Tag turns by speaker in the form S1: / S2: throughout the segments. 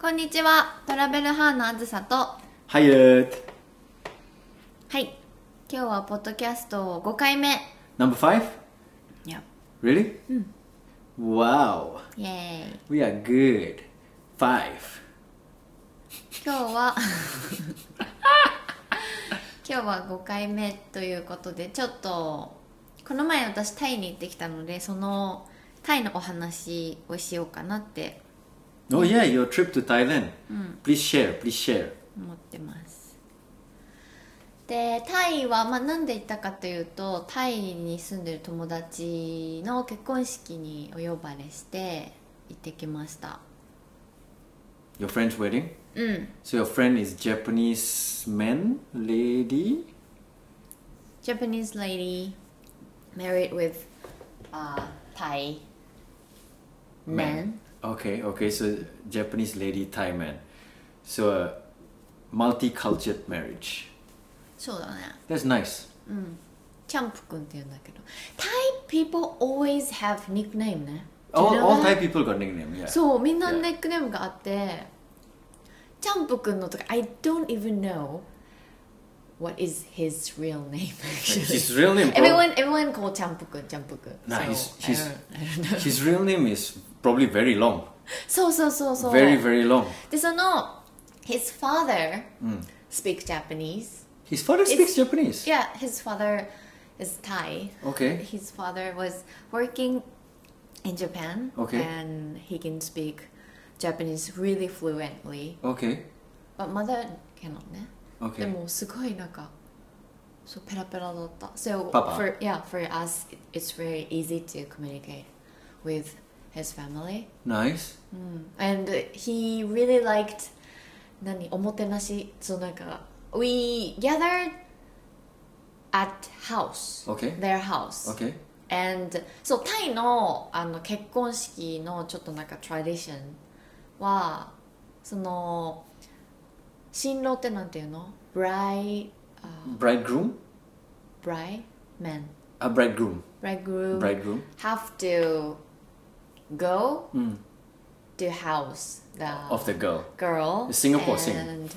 S1: こんにちは、トラベルハーのあずさと。は
S2: はい、えー、
S1: い。今日はポッドキャスト5回目。
S2: number five?
S1: Yep.
S2: Really?
S1: Hmm.
S2: Wow,
S1: イエーイ。
S2: we are good. Five.
S1: 今日 は今日は5回目ということでちょっとこの前私タイに行ってきたのでそのタイのお話をしようかなって
S2: Oh
S1: Hmm.
S2: yeah, your trip to Thailand. Please share, please share.
S1: 思ってますでタイは、まあ、なんで行ったかというとタイに住んでる友達の結婚式にお呼ばれして行ってきました
S2: Your friend's wedding.
S1: うん
S2: So your friend is Japanese man, lady.
S1: Japanese lady married with、uh, Thai man.
S2: Okay, okay. So Japanese lady, Thai man. So a multicultural marriage.
S1: そうだね
S2: That's nice.
S1: チャンプくんって言うんだけど Thai people always have nickname ね
S2: All,
S1: 知ら
S2: all
S1: な
S2: Thai
S1: い
S2: people got nickname. Yeah.
S1: そうみんなネックネームがあってチャンプくんのとか I don't even know what is his real name
S2: his
S1: actually
S2: real name. prob-
S1: everyone everyone call チャンプくんチャンプくん
S2: Nah,
S1: So,
S2: he's-
S1: I don't-
S2: he's-
S1: I don't know.
S2: His real name is probably very long.
S1: そうそうそうそう
S2: Very, very long.
S1: でその his father
S2: Hmm.
S1: speak Japanese
S2: His father speaks Japanese.
S1: yeah his father is Thai
S2: Okay.
S1: his father was working in Japan
S2: Okay.
S1: and he can speak Japanese really fluently
S2: Okay.
S1: but mother cannot ね、で
S2: Okay.
S1: もすごいなんかそうペラペラだった so
S2: パパ
S1: for yeah for us it- it's very easy to communicate with his family
S2: Nice.
S1: and he really liked 何おもてなしそうなんか we gathered at house
S2: Okay.
S1: their house
S2: Okay.
S1: And そうタイのあの結婚式のちょっとなんかトラディションはその新郎ってなんていうの ?bride,
S2: Bridegroom?
S1: bride, man,
S2: A bridegroom.
S1: bridegroom
S2: Bridegroom.
S1: have to go
S2: Mm.
S1: to house the
S2: Of the girl.
S1: girl
S2: Singapore thing.
S1: and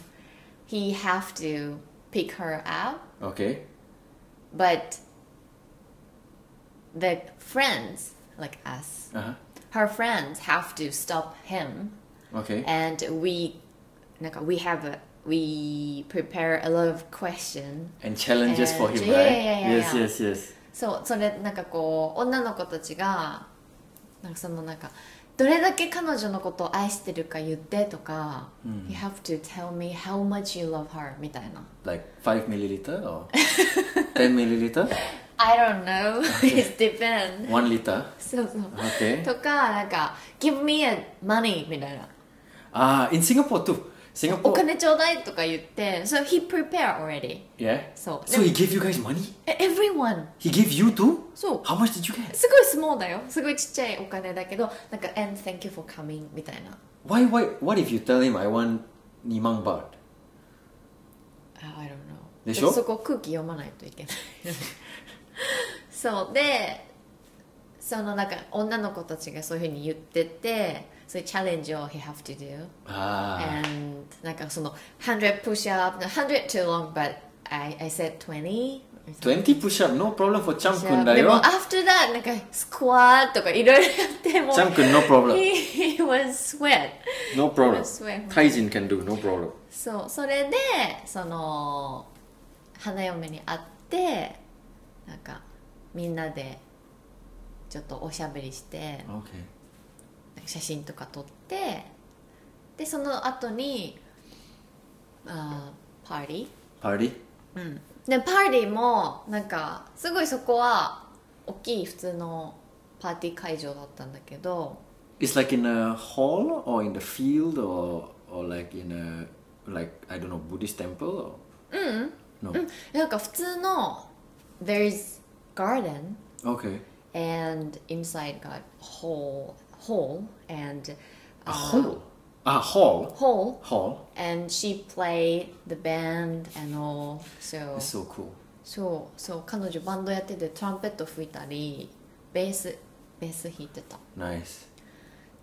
S1: he have to pick her out
S2: Okay.
S1: but the friends like us
S2: Uh huh.
S1: her friends have to stop him
S2: Okay.
S1: and we なんか we have a, we prepare a lot of question
S2: And challenges for
S1: And-
S2: him,
S1: yeah,
S2: right?
S1: yeah, yeah,
S2: yes,
S1: yeah.
S2: yes, yes.
S1: そうそれなんかこう女の子たちがなんかそのなんかどれだけ彼女のことを愛してるか言ってとか、You have to tell me how much you love her みたいな
S2: Like 5 milliliter or 10 milliliter?
S1: I don't know it depends
S2: 1 liter?
S1: そうそう、
S2: Okay.
S1: とかなんか Give me a money みたいな
S2: Ah, in Singapore too.
S1: お
S2: Singapore.
S1: 金ちょうだいとか言って So he prepared already
S2: Yeah.
S1: So-
S2: so he gave you guys money?
S1: everyone
S2: He gave you too?
S1: そう
S2: How much did you get?
S1: すごいスモーだよすごいちっちゃいお金だけどなんか「and thank you for coming」みたいな
S2: Why, why, what if you tell him I want Nimang Baht?
S1: I I don't know
S2: でしょ
S1: そこ空気読まないといけない そうでそのなんか女の子たちがそういうふうに言っててそういうチャレンジを he have to do
S2: Ah.
S1: and なんかその100 push up 100 too long but I, I said 20
S2: 20 push up, no problem for Cham oh?
S1: じ
S2: Kun
S1: ゃあ
S2: だ
S1: でも
S2: よ。
S1: after that なんかスクワットとかいろいろやっても
S2: Cham Kun, no problem.
S1: he, he was sweat
S2: No problem.
S1: That's where-
S2: Thai Jin can do, no problem.
S1: そうそれでその花嫁に会ってなんかみんなでちょっとおしゃべりしてなんか
S2: Okay.
S1: 写真とか撮ってでその後にあーパーティー
S2: Party?
S1: うん、でパーティーもなんかすごいそこは大きい普通のパーティー会場だったんだけど
S2: It's like in a hall or in the field or or like in a like I don't know Buddhist temple or うん、no
S1: なんか普通の There's garden
S2: okay
S1: and inside got hole hole and
S2: a hall Ah. a hall
S1: hole
S2: hall
S1: and she played the band and all so
S2: is so cool
S1: そうそう彼女バンドやっててトランペット吹いたりベースベース弾いてた
S2: nice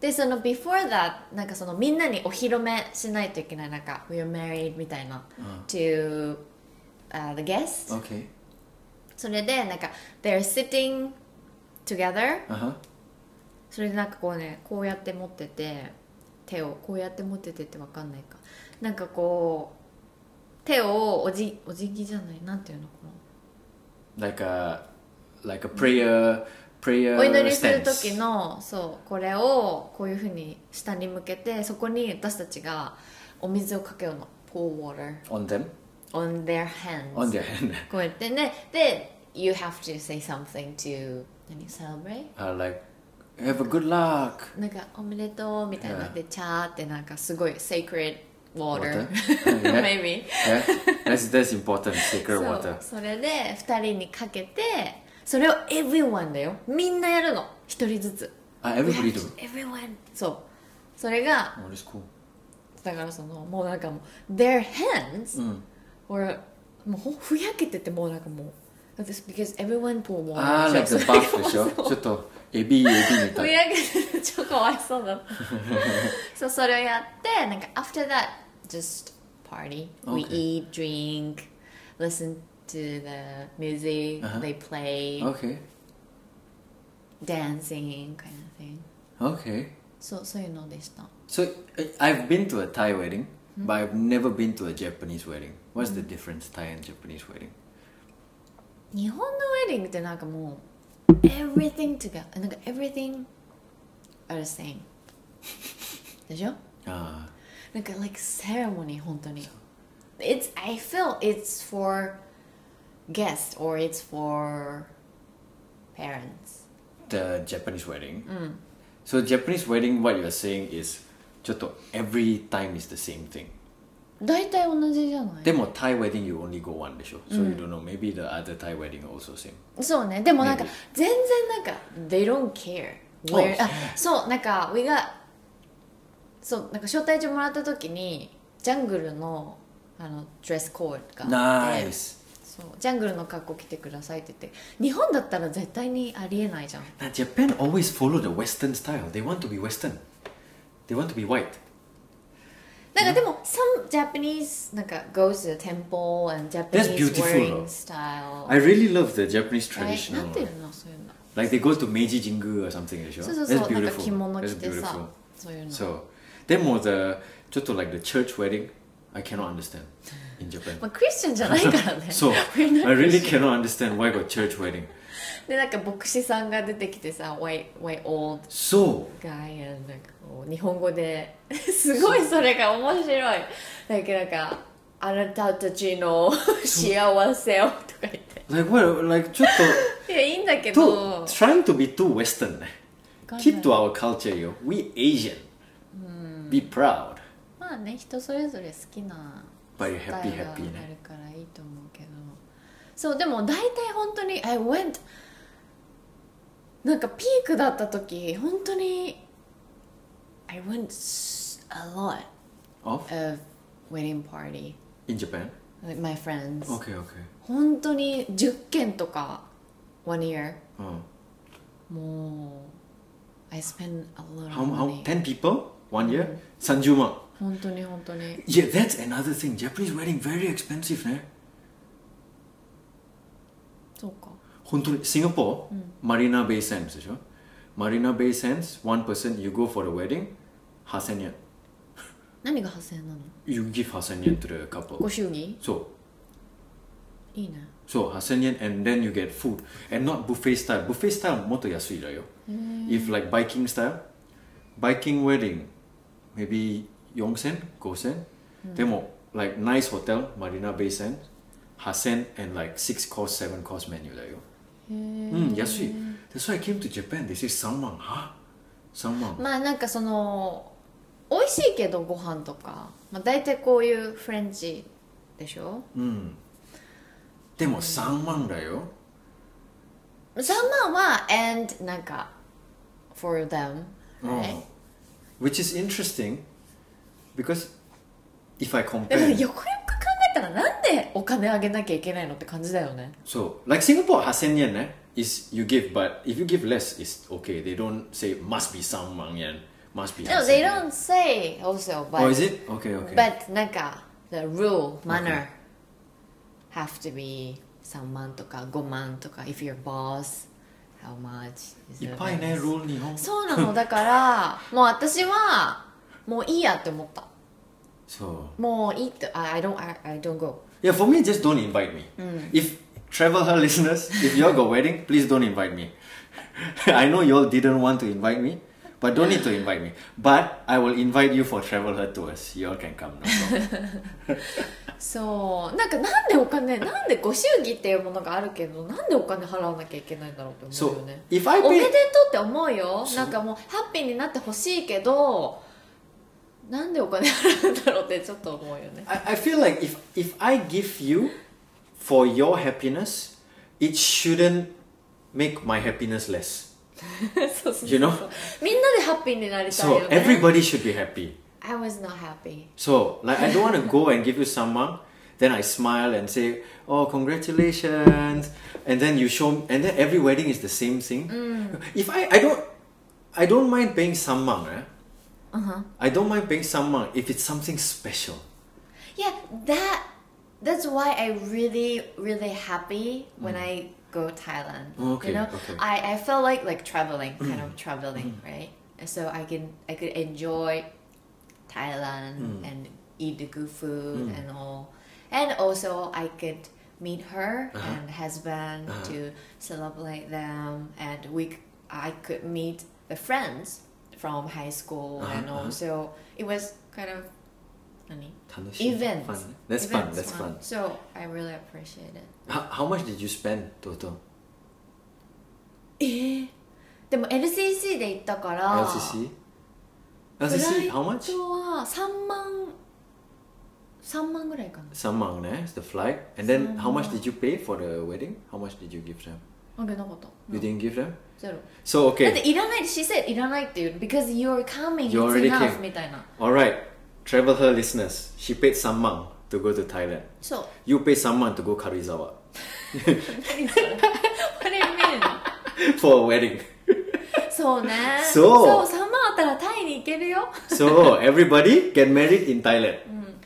S1: でその before that なんかそのみんなにお披露目しないといけないなんか「We're married」みたいな、
S2: うん
S1: to、uh, the guests、
S2: Okay.
S1: それでなんか「They're sitting together
S2: Uh huh.」
S1: それでなんかこうねこうやって持ってて手をこうやって持っててってわかんないかなんかこう手をおじお辞儀じゃないなんていうのこの
S2: Like a like a prayer prayer
S1: お祈りする
S2: stance.
S1: 時のそうこれをこういうふうに下に向けてそこに私たちがお水をかけようの pour water
S2: on them
S1: on their hands
S2: on their hand
S1: こうやってねで you have to say something to 何 celebrate
S2: uh, like have a good luck
S1: なんかおめでとうみたいな
S2: Yeah.
S1: でチャーってなんかすごい sacred water
S2: Water? Yeah.
S1: maybe
S2: yeah that's that's important sacred
S1: そう
S2: water
S1: それで2人にかけてそれを everyone だよみんなやるの1人ずつ
S2: uh, everybody do
S1: We have to- everyone そうそれが
S2: oh that's cool
S1: だからそのもうなんかもう their hands、
S2: mm.
S1: 俺もうほふやけててもうなんかもうだって because everyone pull more
S2: ah like the
S1: そう
S2: buff でしょちょっとエビエビみ
S1: ふ
S2: たい
S1: やけてて超かわいそう だったそうそれをやってなんか after that just party we
S2: Okay.
S1: eat drink listen to the music、
S2: Uh-huh.
S1: they play、
S2: okay
S1: dancing kind of thing
S2: okay
S1: そうそういうのでした
S2: so I- I've been to a Thai wedding
S1: Hmm?
S2: but I've never been to a Japanese wedding what's the difference Thai and Japanese wedding
S1: 日本のウェディングってなんかもう everything together なんか everything are the same でしょ
S2: あ
S1: なんか like ceremony 本当に it's I feel it's for guests or it's for parents
S2: the Japanese wedding
S1: Hmm.
S2: so Japanese wedding what you're saying is ちょっと every time is the same thing
S1: 大体同じじゃない
S2: でも Thai wedding you only go one でしょ so
S1: Hmm.
S2: you don't know maybe the other Thai wedding also same
S1: そうねでもなんか
S2: Maybe.
S1: 全然なんか they don't care where
S2: そう
S1: あそうなんか we got そうなんか招待状もらった時にジャングルのあのドレスコードがあって
S2: nice
S1: そうジャングルの格好着てくださいって言って日本だったら絶対にありえないじゃん
S2: Now, Japan always follow the Western style. They want to be Western. They want to be white.
S1: なんかでも some Japanese なんか goes to the temple and
S2: That's
S1: Japanese
S2: beautiful,
S1: wearing
S2: though.
S1: style
S2: I really love the Japanese
S1: あれな
S2: traditional.
S1: んていうのそういうの
S2: Like they go to Meiji Jingu or something. they show.
S1: そうそう
S2: That's
S1: そうなんか
S2: beautiful.
S1: 着物
S2: That's
S1: 着て
S2: beautiful.
S1: さそういうの
S2: So, then more the, ちょっと like the church wedding, I cannot understand in Japan.
S1: まあクリスチャンじゃないからね
S2: So,
S1: We're not
S2: I really cannot understand why got church wedding.
S1: でなんか牧師さんが出てきてさ「Why, why old
S2: So,
S1: guy?」and なんかこう日本語で すごいそれが面白いだけどなんか「あなたたちの 幸せを」とか言っ
S2: like what, like ちょっ と、
S1: ていやいいんだけ
S2: too,
S1: ど
S2: trying to be too Western.
S1: わかんない
S2: Keep to our culture, yo. We Asian.
S1: Hmm.
S2: Be proud.
S1: まあね人それぞれ好きな
S2: But you're happy,
S1: があ
S2: happy
S1: る
S2: ね。
S1: からいいと思うけどそうでも大体本当に「I went」なんかピークだった時本当に「I went s- a lot
S2: Off?
S1: of wedding party
S2: In Japan?
S1: with my friends」
S2: Okay, okay.
S1: 本当に10件とか one year
S2: Oh.
S1: もう I spend a lot of
S2: How,
S1: money
S2: how, 10 people? One year? Sanjuma.
S1: 本当に本当に
S2: Yeah, that's another thing. Japanese wedding very expensive, ne?
S1: そうか
S2: Honto- Singapore, Marina Bay Sands, right? Marina Bay Sands, one person, you go for the wedding, Hasan yen.
S1: 何が8000円なの
S2: You give Hasan yen to the couple.
S1: ご祝儀
S2: So,
S1: いいね
S2: so Hasan yen, and then you get food. And not buffet style. Buffet style, moto yasui yo. If like biking style, biking wedding, maybe Yongsen, Gosen. Demo, like nice hotel, Marina Bay Sands, Hasen, and like six course, seven course menu. There, mm, yasui. That's why I came to Japan. They say salmon, huh? Salmon.
S1: まあなんかその美味しいけどご飯とか、まあ、大体こういうフレンチでしょ
S2: Mm. Demo, salmon, yo.
S1: サンマは and なんか for them right?
S2: Oh. Which is interesting because if I
S1: でも
S2: compare.
S1: よくよく考えたらなんでお金あげなきゃいけないのって感じだよね
S2: So, like Singapore, Hasen Yen eh, is you give, but if you give less, it's okay. They don't say must be Sang Mang Yen, Must be
S1: No,
S2: Hansen,
S1: they
S2: yeah.
S1: don't say also, but
S2: Oh, is it? Okay, okay.
S1: but なんか the rule manner、have to be 三万とか五万とか if your boss how much is
S2: い
S1: your
S2: っぱいね、ル
S1: rent?
S2: ール日本。
S1: そうなのだからもう私はもういいやって思った
S2: そう。
S1: もういいって I, I don't I, I don't go
S2: Yeah, for me, just don't invite me.
S1: Hmm.
S2: If travel her listeners, if you all got wedding, please don't invite me. I know you all didn't want to invite me, but don't need to invite me. But I will invite you for travel her tours. You all can come. No problem.
S1: そうなんかなんでお金なんでご祝儀っていうものがあるけどなんでお金払わなきゃいけないんだろうって思うよ
S2: so
S1: ね
S2: if I
S1: おめでとう
S2: pay,
S1: って思うよ
S2: そう
S1: なんかもうハッピーになってほしいけどなんでお金払うんだろうってちょっと思うよね
S2: I, I feel like if if I give you for your happiness, it shouldn't make my happiness less.
S1: そうそうそう
S2: You know?
S1: みんなでハッピーになりたい
S2: So
S1: よね
S2: everybody should be happy.
S1: I was not happy
S2: So, like, I don't want to go and give you someone. Then I smile and say, "Oh, congratulations!" And then you show, and then every wedding is the same thing.
S1: Mm.
S2: If I, I don't, I don't mind paying someone. Eh?
S1: Uh-huh.
S2: I don't mind paying someone if it's something special.
S1: Yeah that That's why I really really happy when I go Thailand
S2: Mm. Okay,
S1: you know
S2: okay. Mm. Mm-hmm.
S1: I, I felt like like traveling kind of traveling right And so I can I could enjoy Thailand
S2: Mm.
S1: and eat the good food and all. And also I could meet her
S2: Uh-huh.
S1: and husband
S2: Uh-huh.
S1: to celebrate them and we c- I could meet the friends from high school
S2: Uh-huh,
S1: and
S2: uh-huh.
S1: also it was kind of funny.
S2: 楽しい。
S1: events.
S2: Fun. That's fun.
S1: Events
S2: That's fun.
S1: So I really appreciate it.
S2: How, how much did you spend total?
S1: でも LCC で行ったから、
S2: LCC.
S1: フラ
S2: LCC.
S1: イ
S2: How
S1: ト
S2: much?
S1: は3万3万ぐらいかな。
S2: Someone, eh? It's the flight. And then how much did you pay for the wedding? How much did you give them?
S1: あげなかった。
S2: You didn't give them.
S1: ゼロ。
S2: So
S1: だ
S2: okay.
S1: っていらない、she said いらないっていう、because you're coming,
S2: You
S1: it's
S2: already
S1: enough
S2: came.
S1: みたいな。
S2: All right, travel her listeners. She paid someone to go to Thailand.
S1: そう。
S2: You pay someone to go Karizawa
S1: 何それ What do you mean?
S2: for a wedding.
S1: そうね。
S2: そう
S1: そう、3万あったらタイに行けるよ。
S2: So everybody get married in Thailand.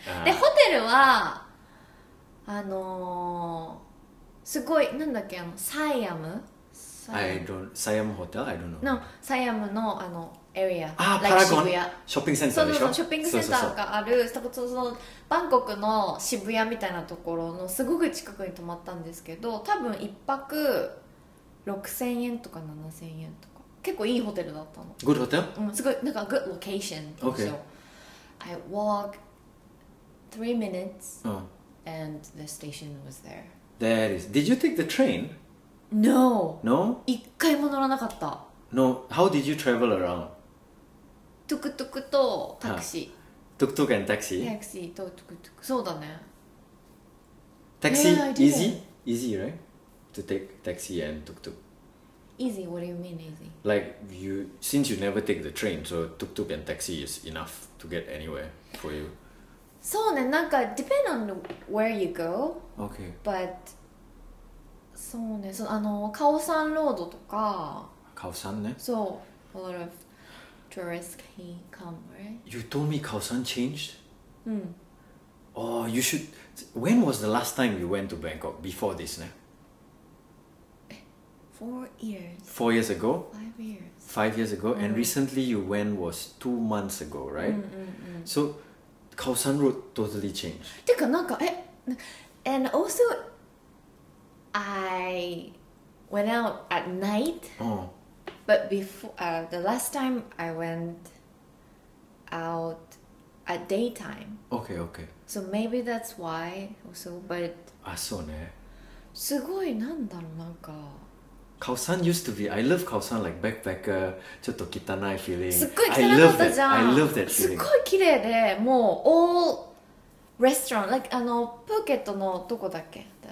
S1: で、
S2: Ah,
S1: ホテルは、あのー、すごい、なんだっけ、あの、サイアムサ
S2: I
S1: イ
S2: don't Siam Hotel. I don't know.
S1: アムの、サイアムの、あの、エリア。
S2: Ah,
S1: like 渋
S2: Paragon
S1: 谷。
S2: shopping
S1: そう
S2: center.
S1: そうそ
S2: でしょ？
S1: うショッピングセンターがあるそそのバンコクの渋谷みたいなところのすごく近くに泊まったんですけど多分1泊6000円とか7000円とか結構いいホテルだったの、
S2: そうそうそう。Good hotel.
S1: うん、すごいなんか good location
S2: Okay.
S1: So, I walk three minutes
S2: Oh,
S1: and the station was there
S2: there is. Did you take the train?
S1: No
S2: No,
S1: 一回も乗らなかった
S2: no. How did you travel around?
S1: トゥクトゥクとタクシ
S2: Tuk tuk and
S1: ー
S2: taxi.
S1: タクシーとトゥクトゥクそうだね
S2: Taxi
S1: Yeah, I did.
S2: easy, easy, right? To take taxi and tuk tuk.
S1: Easy what do you mean easy
S2: Like you, since you never take the train, so tuk tuk and taxi is enough to get anywhere for you.
S1: そうねなんか depend on where you go
S2: Okay.
S1: but そうねそうあのカオサンロードとか
S2: Khao San, ne?
S1: そう a lot of tourists can come right
S2: You told me Khao San changed.
S1: うん
S2: Oh, you should. When was the last time you went to Bangkok? Before this, ne?
S1: four years
S2: Four years ago,
S1: five years
S2: five years ago, and recently you went was two months ago, right? So, Khao San Road totally changed.
S1: てかなんかえな and also I went out at night
S2: Oh,
S1: But before uh, the last time I went out at daytime,
S2: okay, okay.
S1: so maybe that's why also. But
S2: Ah, so ne.
S1: すごいなんだろうなんか
S2: Khao San used to be. I love Khao San like backpacker, ちょっと汚い feeling.
S1: すっごい
S2: I
S1: 汚か
S2: love
S1: った
S2: that.
S1: じゃ
S2: I
S1: ん。
S2: love that
S1: すっ
S2: feeling.
S1: ごい綺麗でもう all restaurant like あのプーケットのどこだっけ The-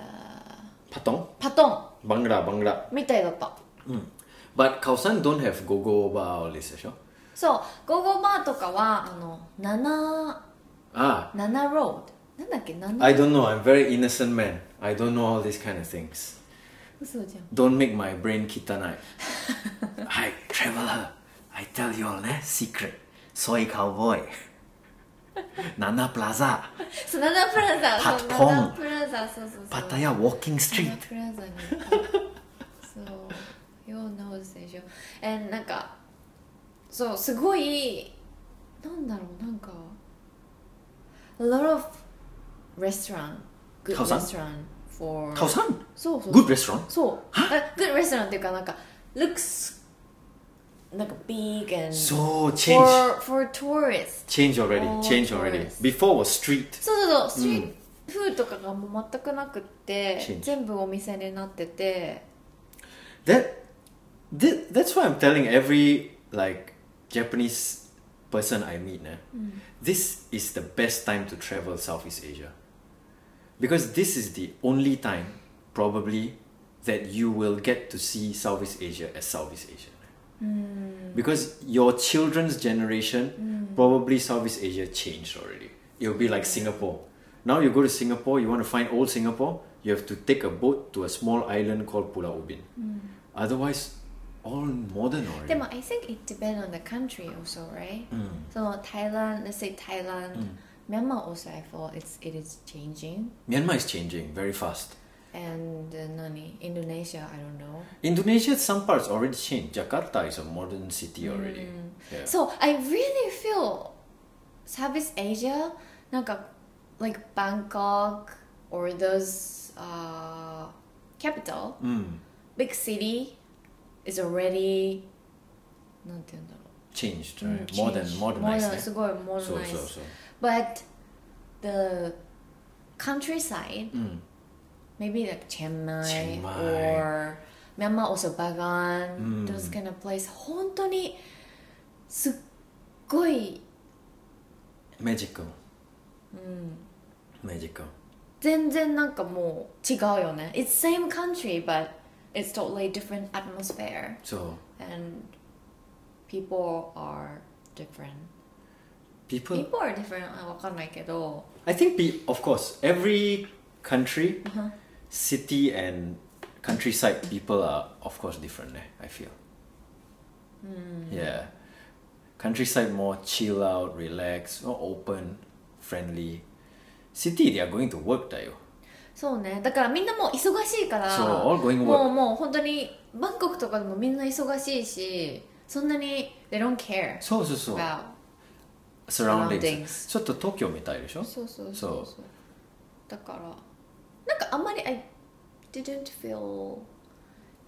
S2: パトン？
S1: パト
S2: Bangla, Bangla.
S1: ンみたいだった。
S2: But Khao San don't have go-go bar all this, eh, でしょ？
S1: そうゴーゴーバーとかはあの七
S2: Ah,
S1: 七ロードなんだっけ七
S2: I don't know. I'm very innocent man. I don't know all these kind of things.
S1: 嘘じゃん。
S2: Don't make my brain kitanai. Hi, traveler. I tell you all, eh? Secret. soy cowboy ナナプラザ
S1: そうナナプラザ
S2: パ
S1: そう
S2: ッポン
S1: ナナプラザそうそうそう
S2: パタヤ walking
S1: ナ
S2: street
S1: ナプラザにそうようなおですでしょえなんかそうすごいなんだろうなんか a lot of restaurant good
S2: カオさん
S1: restaurant for
S2: カオさん
S1: そうそうそう
S2: good restaurant
S1: そうあ good restaurant っていうかなんか looks なんか big and
S2: そう change
S1: for for tourists
S2: change already
S1: Oh,
S2: change already
S1: tourist.
S2: before was street
S1: そうそうそうストリートフードとかがもう全くなくって、
S2: チェンジ
S1: 全部お店になってて
S2: That, that that's why I'm telling every like Japanese person I meet, nah, this is the best time to travel Southeast Asia. Because this is the only time probably that you will get to see Southeast Asia as Southeast Asia. nah. Because your children's generation, probably Southeast Asia changed already. It'll be like Singapore. Now you go to Singapore, you want to find old Singapore, you have to take a boat to a small island called Pulau Ubin. Otherwise, all modern
S1: で
S2: already.
S1: も I think it depends on the country also right、そ
S2: Mm,
S1: の Thailand let's say Thailand、Myanmar also I thought it's, it is changing
S2: Myanmar is changing very fast.
S1: and、uh, 何 Indonesia I don't know
S2: Indonesia, some parts already changed. Jakarta is a modern city already. Yeah.
S1: Mm. So I really feel Southeast Asia なんか like Bangkok or those、uh, capital、big
S2: Mm.
S1: city is already なんて言うんだろう
S2: changed, right? Mm,
S1: Mm,
S2: modern, modernized.
S1: modern, す
S2: eh?
S1: ごい
S2: So, so,
S1: modernized
S2: so.
S1: but the countryside
S2: Mm.
S1: maybe like Chiang Mai,
S2: Chiang Mai. Mm.
S1: or Myanmar also Bagan those kind of place 本当にすっごい
S2: Magical.
S1: Mm.
S2: Magical.
S1: 全然なんかもう違うよね It's same country but it's totally different atmosphere
S2: So,
S1: and people are different
S2: people.
S1: people are different あわかんないけど
S2: I think, be, of course, every country, city, and countryside people are, of course, different. eh, I feel. Yeah, countryside more chill out, relax, more open, friendly. City, they are going to work, tayo.
S1: そうねだからみんなもう忙しいから
S2: So all going to
S1: もう
S2: work.
S1: もう本当にバンコクとかでもみんな忙しいしそんなに they don't care
S2: So so so
S1: about
S2: surroundings.
S1: surroundings.
S2: ちょっと東京みたいでしょ。
S1: そうそう
S2: そ
S1: そう
S2: う
S1: そうだからなんかあんまり I didn't feel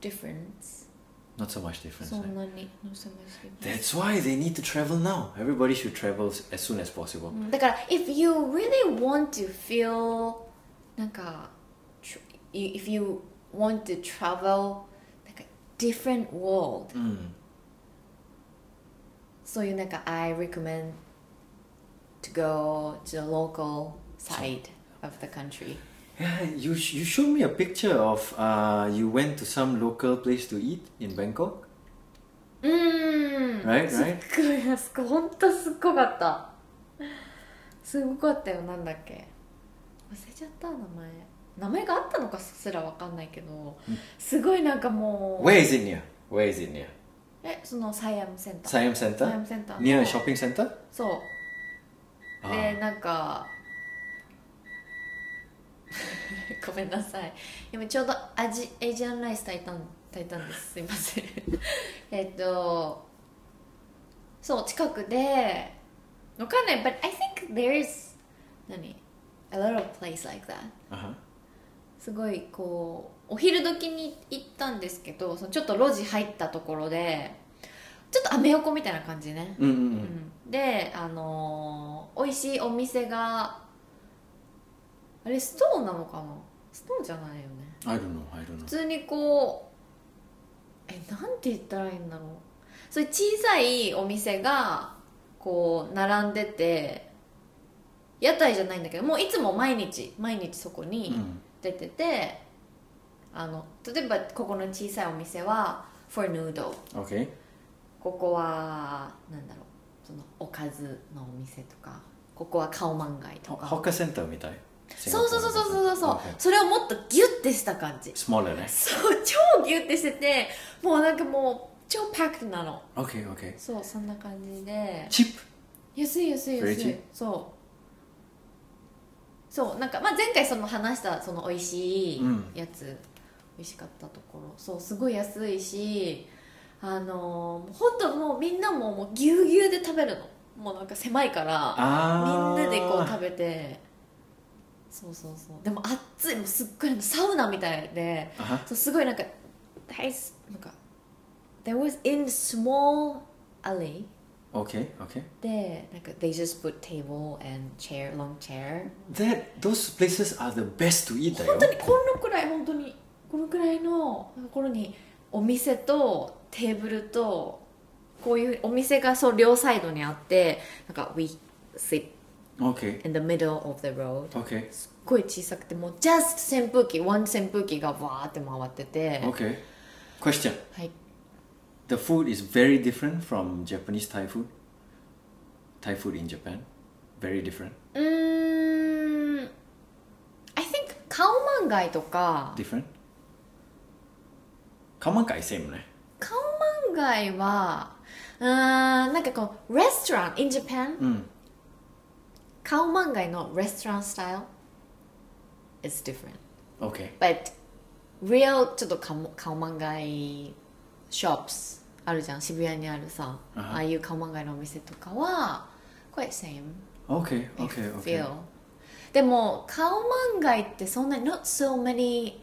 S1: difference
S2: Not so much difference.
S1: そ
S2: eh?
S1: んなにのさましい
S2: That's why they need to travel now. Everybody should travel as soon as possible.
S1: うんだから if you really want to feel なんか tr- you- if you want to travel なんか different world
S2: うん。
S1: そういうなんか I recommend to go to the local side of the country
S2: Yeah, you sh- you showed me a picture of uh you went to some local place to eat in Bangkok,
S1: うーん
S2: right?
S1: すっ
S2: Right?
S1: ごいあそこほんとすっごかったすごかったよなんだっけ忘れちゃった名前名前があったのかすらわかんないけどすごいなんかもう
S2: Where is it near? Where is it near?
S1: えそのサイアムセンター
S2: Siam
S1: サイア
S2: Center?
S1: ムセンター
S2: Near a shopping center?
S1: そうで
S2: Ah.
S1: なんか ごめんなさい今ちょうどアジエイジアンライス炊いたん炊いたんですすいません えっとそう近くでわかんない but I think there is 何 a lot of place like that
S2: Uh-huh.
S1: すごいこうお昼時に行ったんですけどそのちょっと路地入ったところでちょっとアメ横みたいな感じね
S2: Mm, mm, mm.
S1: であのー美味しいお店があれストーンなのかなストーンじゃないよね
S2: I don't know. I don't
S1: 普
S2: know.
S1: 通にこうえなんて言ったらいいんだろうそういう小さいお店がこう並んでて屋台じゃないんだけどもういつも毎日毎日そこに、
S2: Mm.
S1: 出ててあの例えばここの小さいお店は for noodle
S2: Okay.
S1: ここはなんだろうそのおかずのお店とかここはカオマンガイと
S2: Ho-
S1: か
S2: Hawker center みたい。
S1: そうそうそうそうそうそう、
S2: Okay.
S1: それをもっとギュッてした感じ
S2: Smaller, eh?
S1: そう超ギュッてしててもうなんかもう超パックなの
S2: Okay, okay.
S1: そうそんな感じで
S2: Cheap.
S1: 安い安い安
S2: フェ
S1: い
S2: リチ
S1: そうそうなんか、まあ、前回その話したその美味しい
S2: うん
S1: やつ、美味しかったところそうすごい安いしあのー、本当もうみんなももうぎゅうぎゅうで食べるのもうなんか狭いからみ
S2: あ
S1: ん
S2: ー
S1: なでこ
S2: Ah,
S1: う食べてそうそうそうでも暑いもうすっごいサウナみたいで
S2: あは
S1: そうすごいなんか大すなんか there was in small alley
S2: okay okay
S1: でなんか they just put table and chair long chair
S2: that those places are the best to eat だ
S1: 本
S2: よ
S1: 当にこのくらい本当にこのくらいのところにお店とテーブルとこういうお店がそう両サイドにあってなんか we sit
S2: okay
S1: in the middle of the road
S2: okay
S1: すっごい小さくてもう just 扇風機ワン扇風機がわーって回ってて、
S2: okay question
S1: はい
S2: the food is very different from Japanese Thai food Thai food in Japan very different
S1: うーん I think カオマンガイとか
S2: different カマンカイ same ね
S1: カオマンガイはうーんなんかこうレストラン in Japan
S2: うん
S1: カオマンガイのレストランスタイル is different
S2: okay
S1: but real ちょっとカモカオマンガイショップスあるじゃん渋谷にあるさ、
S2: あは
S1: ああいうカオマンガイのお店とかは quite same
S2: okay
S1: I
S2: okay okay
S1: feel でもカオマンガイってそんなに not so many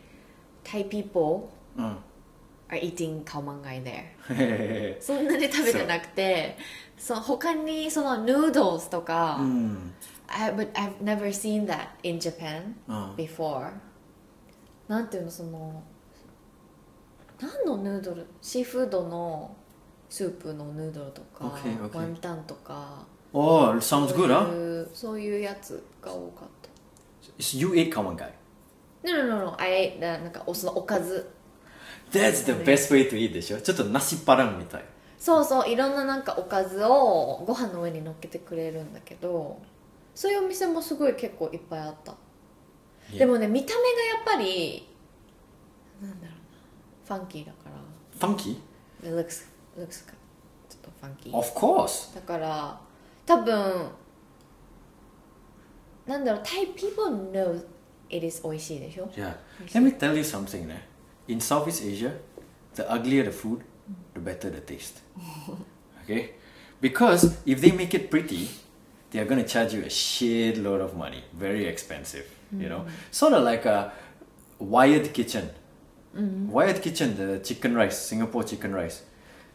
S1: Thai people
S2: うん
S1: are eating カオマンガイ there
S2: へへへ
S1: そんなに食べてなくてその他にそのヌードルとか、
S2: へうん
S1: I, but I've never seen that in Japan
S2: うん
S1: before なんていうのその何のヌードルシーフードのスープのヌードルとか
S2: Okay, okay.
S1: ワンタンとか
S2: oh sounds
S1: そう
S2: good huh
S1: いうそういうやつが多かった
S2: It's- you ate カマンカイ
S1: No, no, no, no. I, ななんかおそのおかず
S2: that's the best way to eat でしょちょっとナシパランみたい
S1: そうそういろんななんかおかずをご飯の上に乗っけてくれるんだけどそういうお店もすごい結構いっぱいあった、
S2: Yeah.
S1: でもね見た目がやっぱりなんだろうなファンキーだから
S2: funky
S1: It looks, looks かちょっとファンキー
S2: of course
S1: だから多分なんだろう Thai people know it is 美味しいでしょ
S2: Yeah. Let me tell you something. Eh? In Southeast Asia, the uglier the food, the better the taste. Okay? Because if they make it pretty, they are going to charge you a shitload of money. Very expensive. You know?
S1: Mm.
S2: Sort of like a wired kitchen.
S1: Mm-hmm.
S2: Wired kitchen, the chicken rice, Singapore chicken rice.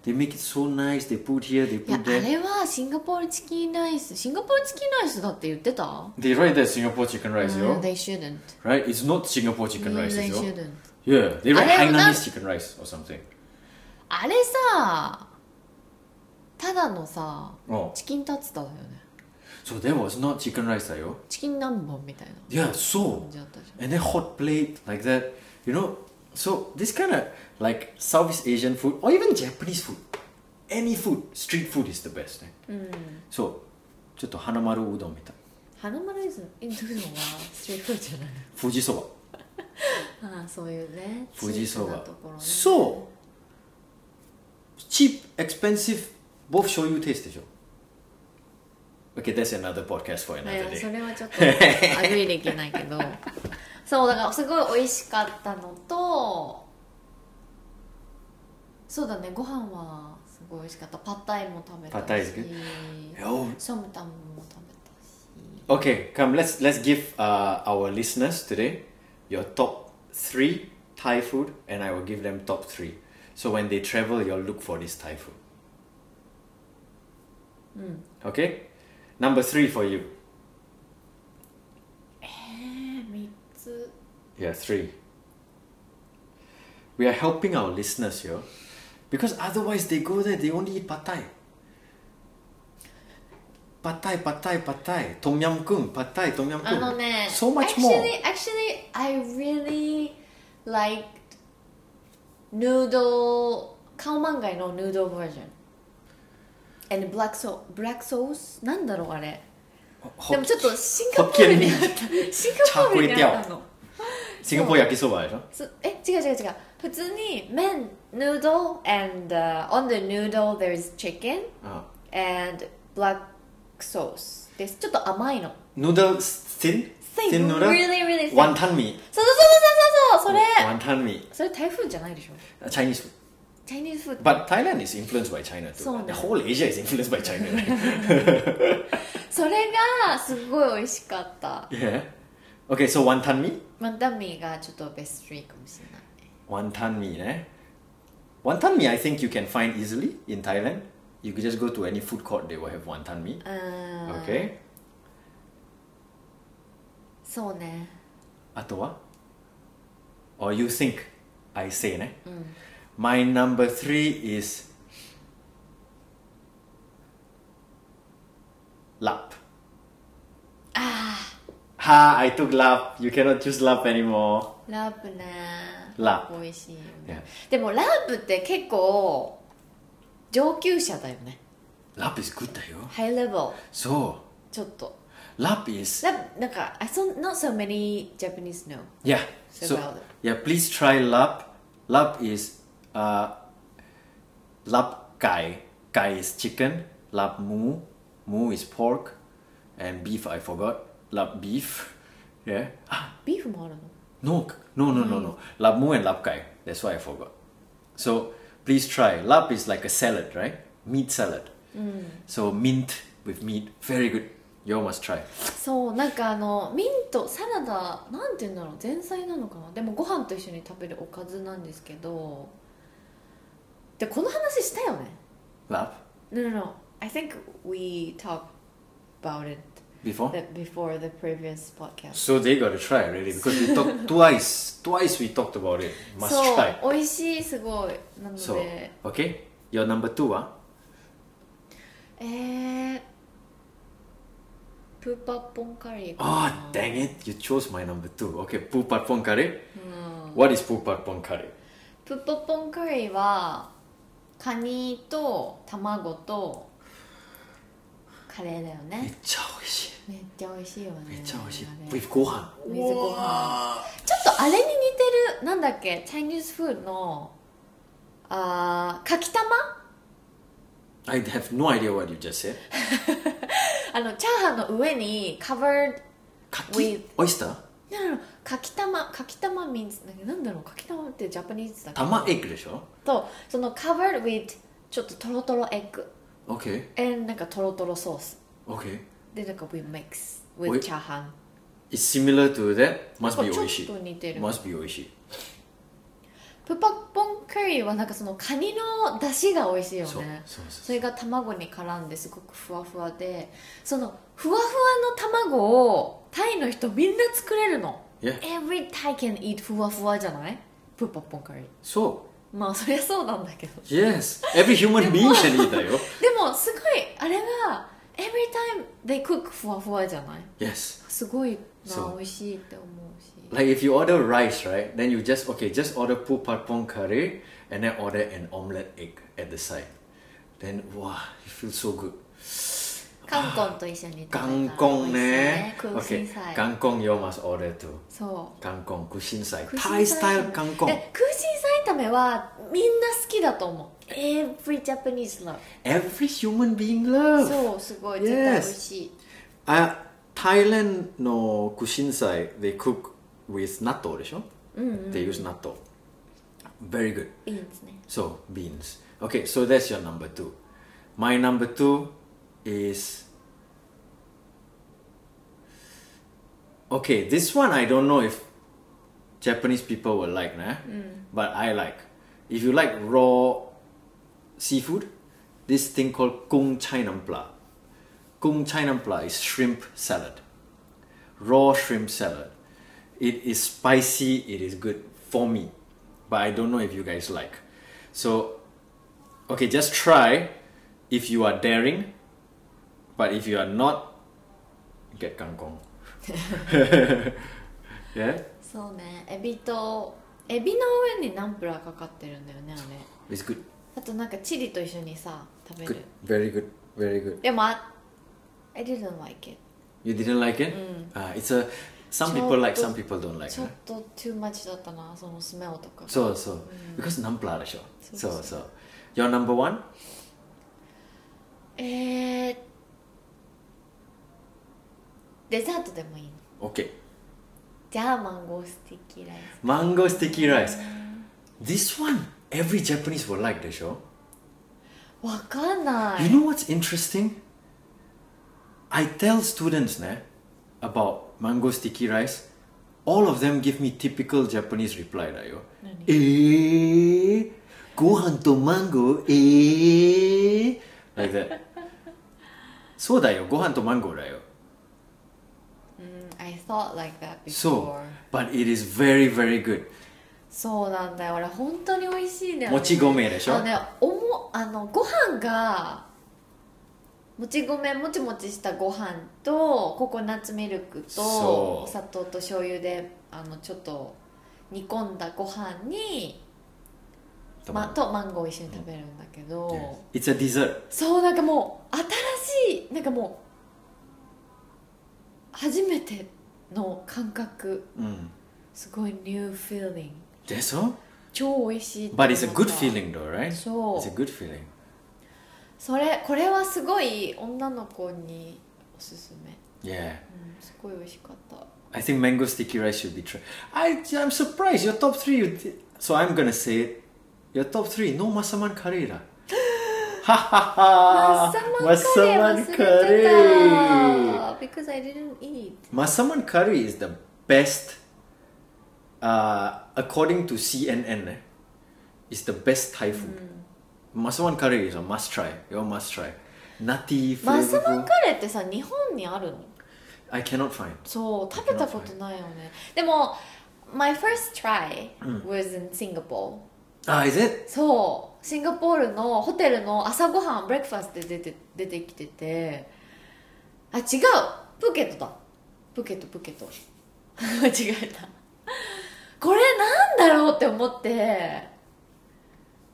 S2: They make it so nice. They put here, they
S1: いや
S2: put
S1: あ
S2: there.
S1: れはシンガポールチキンライスシンガポールチキンライスだって言ってた
S2: They write that Singapore chicken rice,
S1: No,
S2: yo.
S1: Ah, they shouldn't.
S2: Right? It's not Singapore chicken
S1: No,
S2: rice,
S1: they
S2: yo.
S1: shouldn't.
S2: Yeah, they write
S1: I don't know.
S2: Hainanese chicken rice or something.
S1: あれさただのさ
S2: Oh.
S1: チキンタツタだよね
S2: So that was not chicken rice, ayo.
S1: チキン南蛮みたいな
S2: Yeah, so
S1: 感じだったじゃん
S2: and then hot plate like that, you know. So this kind of like Southeast Asian food or even Japanese food, any food, street food is the best. Eh? So, ちょっと花丸うどんみたい。
S1: 花丸イズインドのはストリートフードじゃない
S2: 富士そば。
S1: ああそういうね
S2: 富士そ
S1: チープな
S2: ば
S1: ところ、。ね、
S2: So cheap, expensive, both show you taste でしょ。Okay, that's another podcast for
S1: い
S2: another
S1: やそ
S2: day.
S1: れはちょっとアグリできないけ どそうだからすごい美味しかったのとそうだねご飯はすごい美味しかったパッタイも食べたし
S2: パッタイ好き Oh,
S1: ソムタンも食べたし
S2: Okay, come. Let's let's give uh, our listeners today your top three Thai food, and I will give them top three. So when they travel, you'll look for this Thai food. Okay, number three for you.
S1: えー、3つ
S2: Yeah, three. We are helping our listeners here, because otherwise they go there they only eat pad Thai. Pad Thai, pad Thai, pad Thai. Tom Yam Kung, pad Thai, Tom Yam
S1: あ
S2: Kung.
S1: のね
S2: so
S1: Ah,
S2: much
S1: actually,
S2: more.
S1: Actually, I really liked noodle カオマンガイの noodle version and black sauce black sauce なんだろうあれでもちょっとシンガポールにあったシンガポールにあったの
S2: シンガポール焼きそばでしょ
S1: そえ違う違う違う普通に麺 noodle and、uh, on the noodle there's chicken
S2: あ
S1: and black ソースですちょっと甘いの
S2: noodles thin
S1: Thin,
S2: thin noodle
S1: really, really thin. そうそうそうそ
S2: wonton mee
S1: うそうそうそれ
S2: wonton mee
S1: それ台風じゃないでしょ
S2: Chinese food
S1: チャイニーズフード
S2: but Thailand is influenced by China too
S1: そうね
S2: the whole Asia is influenced by China right?
S1: それがすごい美味しかった
S2: yeah okay so wonton mee
S1: マンダミーがちょっとベスト3かもしれない
S2: wonton mee eh? wonton mee I think you can find easily in Thailand you could just go to any food court they will have wonton mee
S1: うーん
S2: okay
S1: そうね
S2: あとは or you think I say ね、my number three is ラップ ah. ha I took ラップ you cannot choose ラップ anymore
S1: ラープね
S2: ラー
S1: 美味しいよね
S2: Yeah.
S1: でもラープって結構上級者だよね
S2: ラップ is good だよ
S1: ハイレベル
S2: そ
S1: ちょっと
S2: うラップ is
S1: ラなんか I saw not so many Japanese know
S2: yeah
S1: So
S2: so
S1: well.
S2: yeah please try ラップラップ is uh ラップ guy guy is chicken ラップ moo moo is pork and beef I forgot ラップ beef yeah あ
S1: ビーフもあるの
S2: no no no no no ラップ moo and ラップ guy that's why I forgot so please try ラップ is like a salad right meat salad so mint with meat very good you all must try
S1: そうなんかあのミントサラダなんて言うんだろう前菜なのかなでもご飯と一緒に食べるおかずなんですけどでこの話したよね
S2: ラッ
S1: No no no I think we talked about it
S2: プ before
S1: the, before the previous podcast
S2: So they gotta try really because we talked twice. Twice we talked about it. Must
S1: そう
S2: try.
S1: 美味しいすごいなの
S2: So
S1: で
S2: okay, your number two, ah? huh?
S1: えープーパッポンカリーかな
S2: Oh dang it, you chose my number two. Okay, pu pat pong curry.
S1: Hmm.
S2: What is pu pat pong curry?
S1: プッポポンカリーはカニと卵とカレーだよねめっちゃ美味しいよねあれ
S2: めっちゃ美味しい。めっちゃ美味しい。With ご飯。
S1: With ご飯。ちょっとあれに似てるなんだっけチャイニーズフードのあーかきたま
S2: I have no idea what you just said.
S1: あのチャーハンの上に covered With-
S2: Kaki? Oyster?
S1: なんだろうかきたまかきたま means なんだろうかきたまってジャパニーズだっけ
S2: Tama egg でしょ
S1: とその covered with ちょっとトロトロエッグ
S2: Okay,
S1: and なんかトロトロソース
S2: okay.
S1: でなんか we mix
S2: お
S1: with
S2: い
S1: チャーハン
S2: It's similar to that. Must be
S1: なんかちょっと
S2: oishi.
S1: 似てる
S2: Must be oishi.
S1: プパッポンカリーはなんかそのカニの出汁が美味しいよ
S2: そう
S1: ね
S2: そうそう
S1: それが卵に絡んですごくふわふわでそのふわふわの卵をタイの人みんな作れるの
S2: Yeah.
S1: Every Thai can eat ふわふわじゃないプーパッポンカリー
S2: So
S1: まあそりゃそうなんだけど
S2: yes, every human being should eat だよ。
S1: でもすごいあれが Every time they cook ふわふわじゃない
S2: Yes.
S1: すごい
S2: そ
S1: な
S2: う
S1: 美味しいって思うし
S2: Like if you order rice, right? Then you just okay, just order pu pat pong curry and then order an omelette egg at the side. Then wow, it feels so good.
S1: カンコンと一緒に食べたら美味しい
S2: Kangkong
S1: ね
S2: ne.
S1: 空心
S2: eh? Okay.
S1: 菜
S2: Kangkong you must order too.
S1: そう
S2: Kangkong, kushin sai. Eh.
S1: 空心菜
S2: Thai style
S1: 炒め
S2: kangkong.
S1: え空心菜炒めはみんな好きだと思う Every Japanese love
S2: Every human being love.
S1: そうすごい
S2: Yes
S1: 絶対美味しい
S2: Uh, Thailand no kushin sai, they cook with natto, でしょ? They use natto. Very good.
S1: いいんですね
S2: So beans. Okay, so that's your number two. My number two is okay. This one I don't know if Japanese people will like, nah. But I like. If you like raw seafood, this thing called kung chai nampla. Kung chai nampla is shrimp salad raw shrimp salad. It is spicy, it is good for me, but I don't know if you guys like. So, okay, just try if you are daring, but if you are not, get kangkong. yeah,
S1: そうねエビとエビの上にナンプラーかかってるんだよねあれ
S2: it's good,
S1: あとなんかチリと一緒にさ食べ
S2: good,
S1: る
S2: very good, very good.
S1: でもあ I didn't like it
S2: You didn't like it? Ah, it's a some people like, some people don't like.
S1: ちょ
S2: huh?
S1: っと too much だったなそのスメオとか
S2: そうそう。because ナンプラーでしょ。
S1: そう
S2: そうそう。Your number one?
S1: えー、デザートでもいいの
S2: Okay.
S1: じゃあマンゴースティッキーライ
S2: Mango sticky rice. This one, every Japanese will like the show.
S1: スわかんない
S2: You know what's interesting? I tell students ne, about mango sticky rice. All of them give me typical Japanese reply. Right, yo. Eh, gohan to mango, eh. Like that. so da yo, gohan to mango, right? yo.
S1: I thought like that before
S2: So, but it is very, very good.
S1: そうなんだよ俺本当に美味しいんだよね
S2: もち米でしょ
S1: あのねおもあのご飯がもち米もちもちしたご飯とココナッツミルク
S2: そう
S1: とお砂糖と醤油であのちょっと煮込んだご飯に、ま、とマンゴーを一緒に食べるんだけど、
S2: Yes. It's a dessert.
S1: そうなんかもう新しいなんかもう初めての感覚
S2: Mm.
S1: すごいニューフィーリング
S2: That's all?
S1: 超美味しいって思っ
S2: But
S1: た
S2: it's a good feeling though, right?
S1: そう
S2: It's a good feeling.
S1: それこれはすごい女の子におすすめ、
S2: Yeah.
S1: うん、すごい美味しかった
S2: I think mango sticky rice should be tried. I, I'm surprised. Your top three. You thi- so I'm going to say it. Your top three. No masaman curry. lah. Ha ha ha.
S1: マッサマンカレー忘れて
S2: curry.
S1: た because I didn't eat
S2: Masaman curry is the best, uh, according to CNN, eh, it's the best Thai food. Masaman curry is a must try. You must try. Nutty,
S1: マッサマン
S2: flavorful.
S1: カレーってさ日本にあるの
S2: I cannot find.
S1: そう食べたことないよねでも My first try was in Singapore、
S2: Ah, is it?
S1: そうシンガポールのホテルの朝ごはんブレックファーストで出て出てきててあ違うプーケットだプーケットプーケット 間違えたこれなんだろうって思って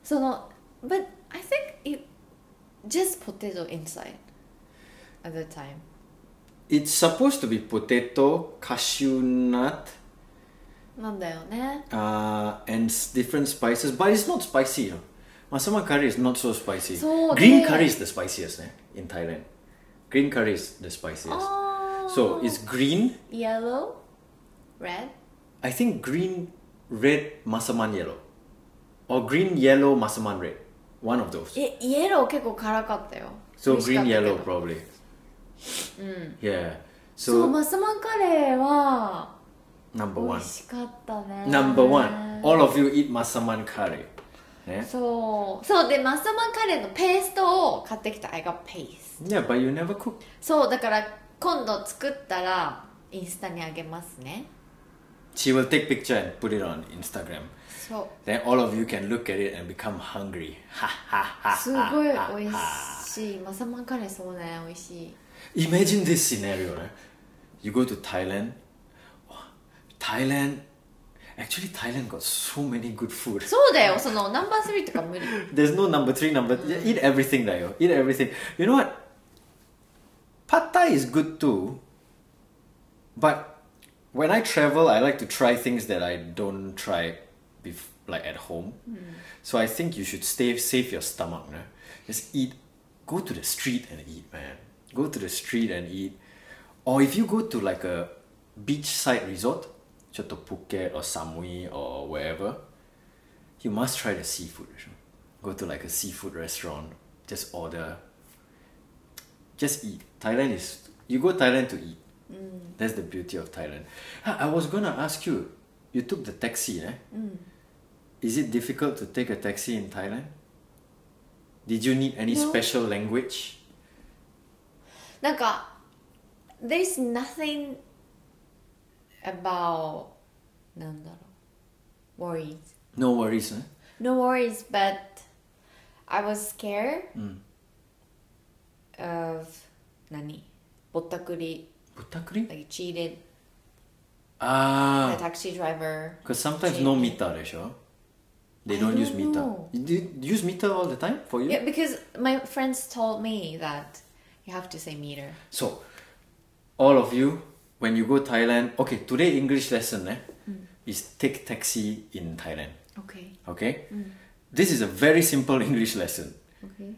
S1: その But I think it just potato inside at the time
S2: It's supposed to be potato, cashew nut,
S1: なんだよね
S2: uh, and s- different spices, but it's not spicy. You know? Masama curry is not so spicy.
S1: So
S2: Green
S1: they-
S2: curry is the spiciest eh, in Thailand. Green curry is the spiciest.
S1: Oh. あー
S2: So it's green.
S1: yellow red
S2: I think green, red, masaman yellow. Or green, yellow, masaman red. One of those.
S1: えイエロー結構辛かったよ
S2: So
S1: 美味しか
S2: green,
S1: ったけど
S2: yellow, probably. Yeah.
S1: そう
S2: So,
S1: マスマンカレーは
S2: number
S1: 美
S2: one.
S1: 味しかったね
S2: Number one. All of you eat masaman curry. Yeah?
S1: そうそうでマスマンカレーのペーストを買ってきた I got paste
S2: Yeah, but you never cook.
S1: そうだから今度作ったらインスタにあげますね
S2: She will take picture and put it on Instagram.
S1: そう
S2: Then all of you can look at it and become hungry. Ha ha ha.
S1: すごい美味しいマスマンカレーそうね美味しい
S2: Imagine this scenario, right? You go to Thailand. Thailand. Actually, Thailand got so many good food.
S1: そうだよそのナンバースリーとか無理
S2: There's no number three, number. Eat everything, Dayo. Eat everything. You know what? Pad Thai is good too. But when I travel, I like to try things that I don't try, bef- like at home. So I think you should stay save your stomach. Nah? Just eat. Go to the street and eat, man. Go to the street and eat. Or if you go to like a beachside resort, to Phuket or Samui or wherever, you must try the seafood. you know. Go to like a seafood restaurant. Just order. Just eat. Thailand is you go Thailand to eat.
S1: Mm.
S2: That's the beauty of Thailand. Ah, I was gonna ask you. You took the taxi, eh?
S1: Mm.
S2: Is it difficult to take a taxi in Thailand? Did you need any
S1: No.
S2: special language?
S1: なんか There's nothing about なんだろう worries
S2: No worries, eh?
S1: No worries, but I was scared
S2: Mm.
S1: of 何ぼったくり
S2: Butakuri?
S1: like cheated the
S2: Ah,
S1: taxi driver
S2: because sometimes no meter, eh, sure. They
S1: I
S2: don't use
S1: don't
S2: meter.
S1: know.
S2: You Do you use meter all the time for you?
S1: yeah because my friends told me that you have to say meter
S2: So, all of you, when you go Thailand, okay, today English lesson eh, is take taxi in Thailand.
S1: okay
S2: Okay, this is a very simple English lesson.
S1: okay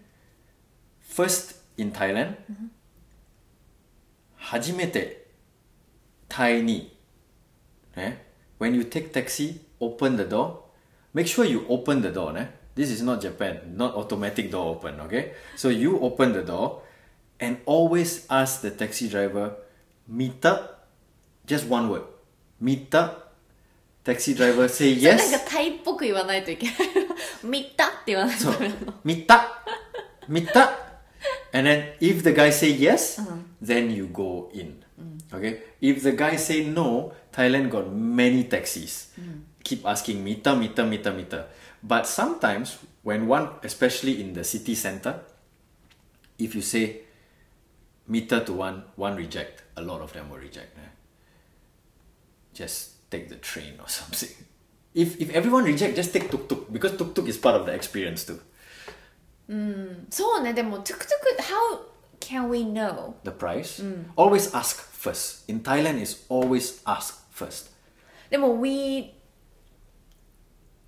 S2: First in Thailand, 初めて tiny. Eh? When you take taxi, open the door. Make sure you open the door. Eh? This is not Japan, not automatic door open. Okay, so you open the door, and always ask the taxi driver, meter, just one word, meter. Taxi driver say
S1: なん
S2: yes.
S1: かタイっぽく言わないと いけない。見たって言わないと
S2: そ
S1: ダ
S2: う
S1: メ なの。
S2: 見た見た and then if the guy say yes、then you go in、okay if the guy say no Thailand got many taxis、keep asking 見た見た見た見た but sometimes when one especially in the city center if you say 見た to one one reject a lot of them will reject ね just take the train or something. If if everyone reject, just take tuk tuk because tuk tuk is part of the experience too.
S1: そうね、でも、トゥクトゥク、how can we know?
S2: The price. Always ask first. In Thailand is always ask first.
S1: でも、we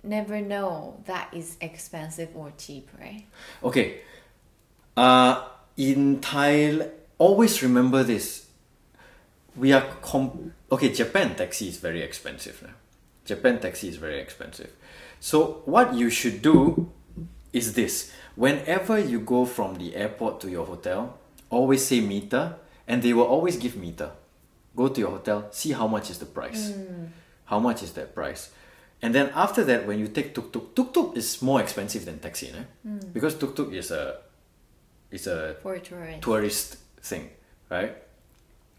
S1: never know that is expensive or cheap, right?
S2: Okay. Uh in Thailand always remember this. We are com- okay, Japan taxi is very expensive. Now. Japan taxi is very expensive. So what you should do is this. Whenever you go from the airport to your hotel, always say meter and they will always give meter. Go to your hotel, see how much is the price. How much is that price? And then after that, when you take tuk tuk, tuk tuk is more expensive than taxi, né? because tuk tuk is a is a
S1: For tourists.
S2: tourist thing, right?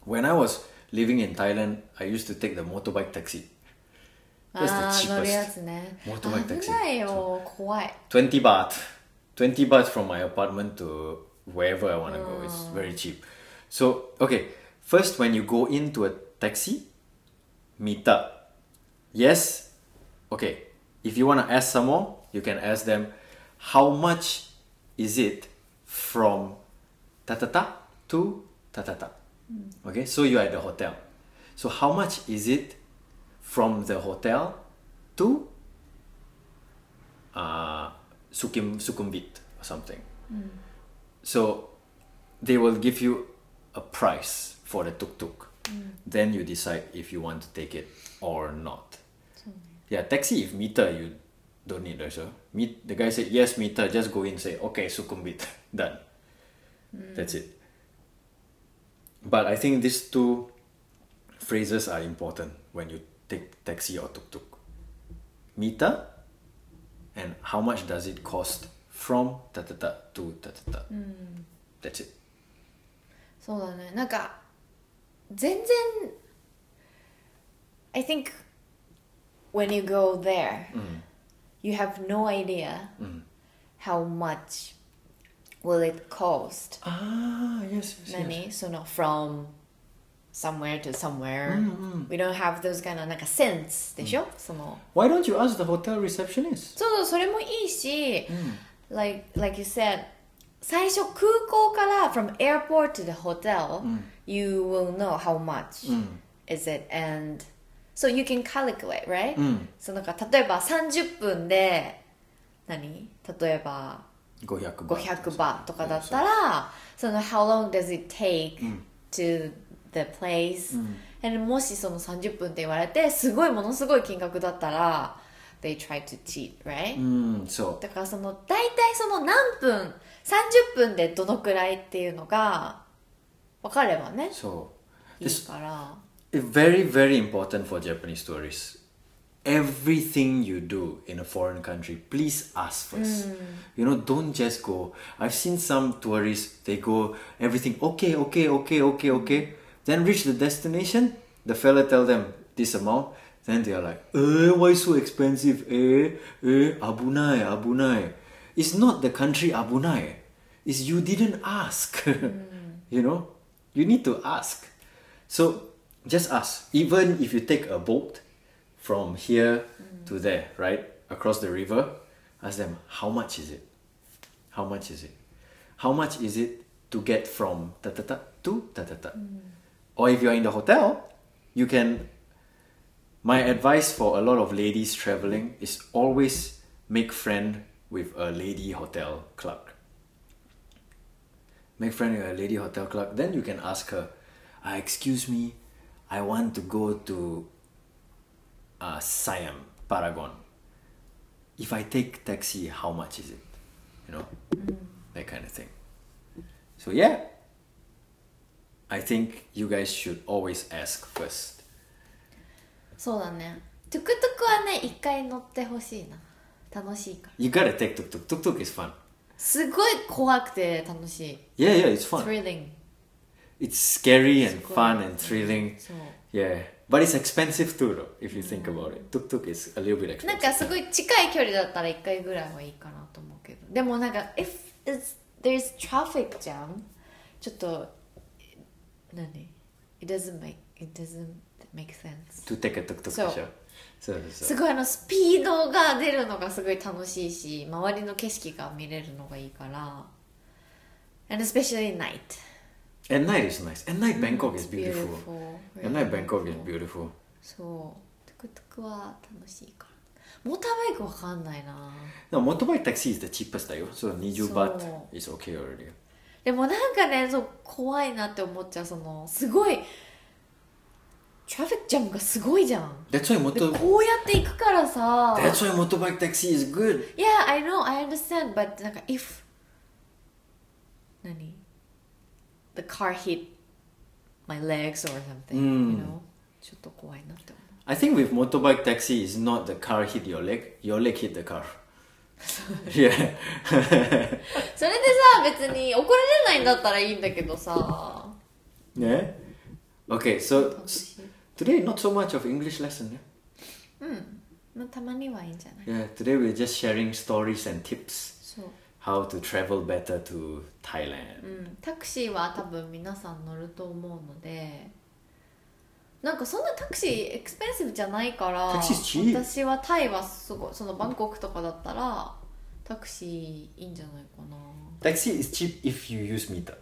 S2: When I was living in Thailand, I used to take the motorbike taxi.
S1: あ
S2: That's
S1: ー
S2: the
S1: 乗るや
S2: cheapest.
S1: つね。
S2: モートバイクタクシ
S1: 危
S2: ー
S1: ないよ、怖い。
S2: 20 baht. 20 baht from my apartment to wherever I want to go. It's very cheap. So, okay, first when you go into a taxi, meet up. Yes? Okay. If you want to ask someone, you can ask them, how much is it from tatata to tatata? Okay, so you're at the hotel. So, how much is it from the hotel to uh, Sukhum, Sukhumvit or something. So they will give you a price for the tuk tuk. Then you decide if you want to take it or not. Yeah, taxi if meter you don't need also. Meet the guy said yes meter. Just go in say okay Sukhumvit done. That's it. But I think these two phrases are important when you take taxi or tuk tuk. Meter and how much does it cost from ta ta ta to ta ta ta. That's it.
S1: そうだねなんか全然 I think when you go there、you have no idea、how much will it cost、
S2: Ah, yes, yes.
S1: 何その from somewhere to somewhere、we
S2: Mm,
S1: don't have those kind of なんか sense でしょ、その
S2: Why don't you ask the hotel receptionist?
S1: そうそうそれもいいし、like, like you said 最初空港から from airport to the hotel、you will know how much、is it and so you can calculate right、そうなんか例えば30分で何例えば
S2: 500 baht.
S1: 500バーとかだったらその how long does it take to the place、and もしその30分って言われてすごいものすごい金額だったら they try to cheat right、
S2: Mm, so
S1: だからその大体その何分30分でどのくらいっていうのが分かればね
S2: so
S1: いい
S2: this
S1: から。
S2: is very very important for Japanese tourists. Everything you do in a foreign country, please ask first. You know, don't just go. I've seen some tourists, they go everything okay, okay, okay, okay, okay. Then reach the destination, the fella tell them this amount. Then they are like, eh, why so expensive? Eh, eh, abunai, abunai. It's not the country abunai. It's you didn't ask. you know, you need to ask. So just ask. Even if you take a boat from here to there, right? Across the river, ask them, how much is it? How much is it? How much is it to get from ta ta ta to ta ta ta? Or if you're in the hotel, you can. My advice for a lot of ladies traveling is always make friend with a lady hotel clerk make friend with a lady hotel clerk, then you can ask her, ah, excuse me, I want to go to uh, Siam, Paragon. If I take taxi, how much is it? You know, that kind of thing. So yeah, I think you guys should always ask first.
S1: そうだねトゥクトゥクはね一回乗ってほしいな楽しいから
S2: You gotta take tuk tuk. Tuk tuk is fun.
S1: すごい怖くて楽しい
S2: Yeah, yeah, it's fun.
S1: thrilling
S2: It's scary and
S1: It's
S2: fun
S1: good.
S2: and thrilling.
S1: そう
S2: Yeah, but it's expensive too, though. If you think about it, tuk tuk is a little bit
S1: なん
S2: expensive.
S1: かすごい近い距離だったら一回ぐらいはいいかなと思うけどでもなんか「if it's, there's traffic jam」ちょっと何 It doesn't make it doesn't make sense
S2: To take a tuk tuk,
S1: So-
S2: so. So, so.
S1: すごいあのスピードが出るのがすごい楽しいし周りの景色が見れるのがいいから and especially night
S2: At night is nice. At night, Bangkok is
S1: It's
S2: beautiful.
S1: beautiful.
S2: At night, Bangkok is
S1: Really
S2: beautiful.
S1: そうトゥクトゥクは楽しいからモーターバイクわかんないな
S2: No, motorbike taxi is the cheapest, ayo. So, 20 baht
S1: So-
S2: is okay already.
S1: でもなんかねそう怖いなって思っちゃうそのすごいトラフィックジャムがすごいじゃん
S2: That's why
S1: で
S2: motor.
S1: こうやって行くからさ
S2: That's why motorbike taxi is good.
S1: Yeah I know I understand but なんか if 何 The car hit my legs or something、
S2: Mm.
S1: you know ちょっと怖いなって思
S2: I think with motorbike taxi is not the car hit your leg, your leg hit the car. yeah.
S1: うそれでさ別に怒られないんだったらいいんだけどさ
S2: yeah. Okay, so
S1: 楽しい
S2: today not so much of English lesson. Yeah.
S1: まあたまにはいいんじゃない
S2: Yeah, today we're just sharing stories and tips
S1: そう
S2: how to travel better to Thailand.
S1: うん、タクシーは多分皆さん乗ると思うのでなんかそんなタクシーエクスペンシブじゃないから
S2: タクシー cheap
S1: 私はタイはすごいそのバンコクとかだったらタクシーいいんじゃないかな
S2: Taxi is cheap if you use meter.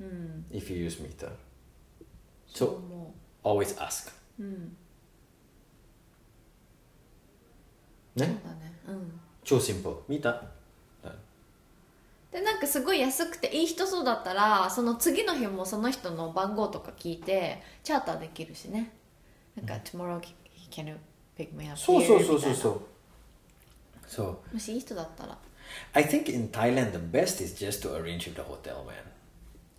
S1: うん
S2: If you use meter,
S1: そ
S2: So-
S1: う思
S2: always ask.
S1: ううんそ
S2: ね
S1: うだねうん
S2: So simple. Meter.
S1: でなんかすごい安くていい人そうだったらその次の日もその人の番号とか聞いてチャーターできるしねなんか「tomorrow he- can you pick me up here」みたいな
S2: so. So
S1: もしいい人だったら
S2: I think in Thailand the best is just to arrange with the hotel, man.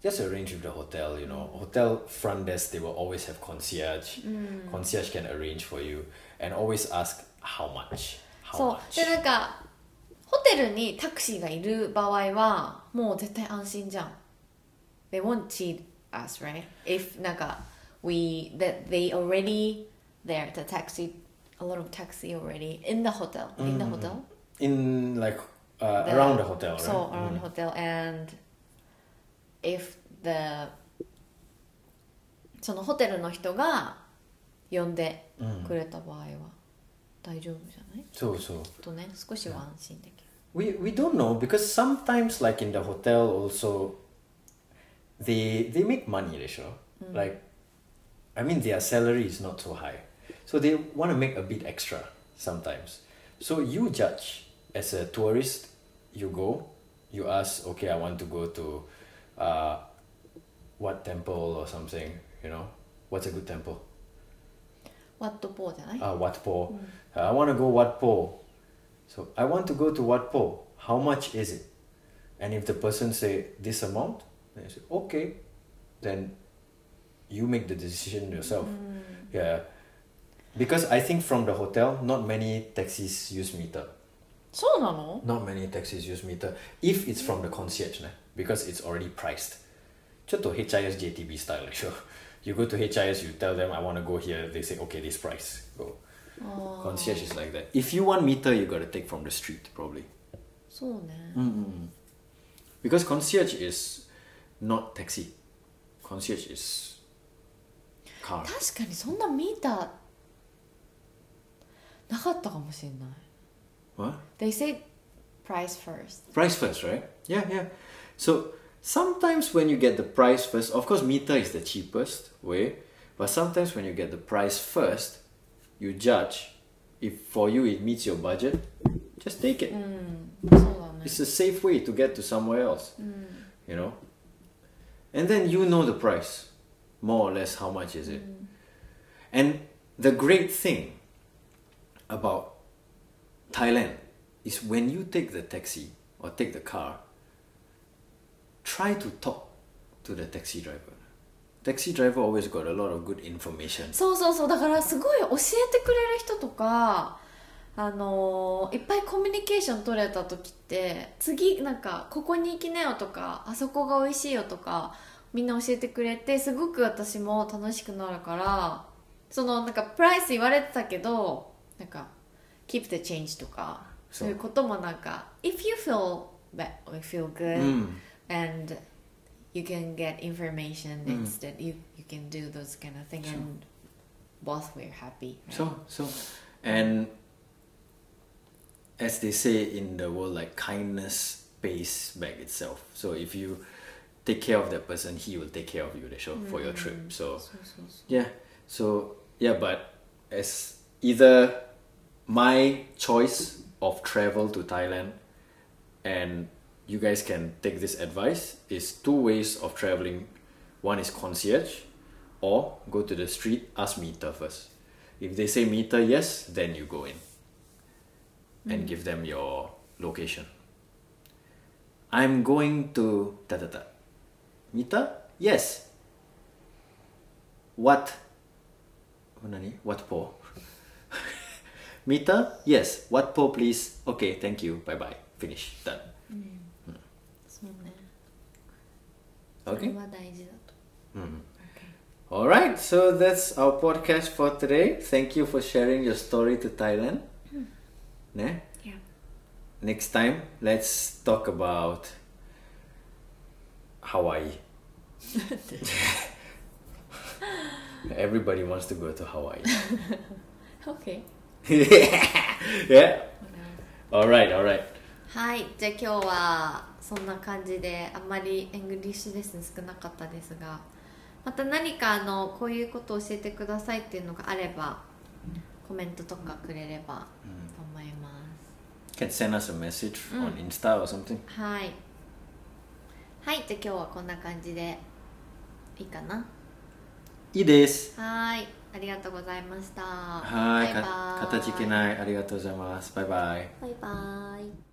S2: Just arrange with the hotel, you
S1: Hmm.
S2: know. Hotel front desk they will always have concierge.
S1: Hmm.
S2: Concierge can arrange for you and always ask how much. How
S1: そうで
S2: much.
S1: なんかホテルにタクシーがいる場合はもう絶対安心じゃん They won't cheat us right if なんか we that they already there the taxi a lot of taxi already in the hotel in the hotel
S2: In like uh,
S1: The-
S2: around the hotel, right?
S1: so around the hotel and if the そのホテルの人が呼んでくれた場合は大丈夫じゃない
S2: So so
S1: ちょっとね少しは安心できる
S2: We we don't know because sometimes like in the hotel also they they make money, they sure. Like I mean their salary is not so high. So they wanna make a bit extra sometimes. So you judge as a tourist, you go, you ask, okay, I want to go to uh what temple or something, you know? What's a good temple?
S1: ワットポーじゃない
S2: Ah, Wat Po. Uh, I want to go Wat Po. So I want to go to Wat Po. How much is it? And if the person say this amount, then you say okay, then you make the decision yourself. Yeah, because I think from the hotel, not many taxis use meter.
S1: そうなの
S2: Not many taxis use meter. If it's from the concierge, nah, because it's already priced. ちょっと HIS JTB style, sure. You go to HIS, you tell them I want to go here. They say okay, this price. Go.
S1: あー
S2: Concierge is like that. If you want meter, you gotta take from the street probably.
S1: そうね
S2: Because concierge is not taxi. Concierge is car.
S1: 確かにそんな見たなかったかもしれない
S2: What?
S1: They say price first
S2: Price first, right? Yeah, yeah. So sometimes when you get the price first, of course meter is the cheapest way, but sometimes when you get the price first, you judge if for you it meets your budget, just take it.
S1: そうだね
S2: It's a safe way to get to somewhere else. You know? And then you know the price. More or less how much is it. And the great thing about Thailand is when you take the taxi or take the car, try to talk to the taxi driver. Taxi driver always got a lot of good information.
S1: そうそうそうだからすごい教えてくれる人とかあのーいっぱいコミュニケーション取れた時って次なんかここに行きなよとかあそこが美味しいよとかみんな教えてくれてすごく私も楽しくなるからそのなんかプライス言われてたけどなんか keep the change とか
S2: そ
S1: そうういうこともなんか if you feel be- feel good、
S2: Mm.
S1: and you can get information
S2: Mm.
S1: instead you you can do those kind of thing
S2: Sure.
S1: and both were happy right?
S2: So, so, and as they say in the world, like kindness pays back itself. So if you take care of that person, he will take care of you. They show for your trip. So
S1: So, so, so.
S2: yeah, so yeah, but as either my choice of travel to Thailand, and you guys can take this advice is two ways of traveling. One is concierge, or go to the street ask meter first. If they say meter yes, then you go in and give them your location. I'm going to ta ta ta. Meter yes. What? Nani? What for? Meter? Yes. What for, please? Okay, thank you. Bye bye. Finish. Done.
S1: そうねそれ
S2: Okay.
S1: は大事だと
S2: All right. So that's our podcast for today. Thank you for sharing your story to Thailand. Ne?
S1: Yeah.
S2: Next time, let's talk about Hawaii. Everybody wants to go to Hawaii.
S1: OK
S2: yeah. All right. All right.
S1: はいじゃあ今日はそんな感じであんまりエングリッシュレッスン少なかったですがまた何かあのこういうことを教えてくださいっていうのがあればコメントとかくれればと思います、
S2: can send us a message on Insta or something.
S1: はいはいじゃあ今日はこんな感じでいいかな
S2: It is.
S1: はいありがとうございました
S2: はーい。
S1: バイバ
S2: か
S1: イ
S2: かたじけない。ありがとうございます。バイバイ。
S1: バイバイ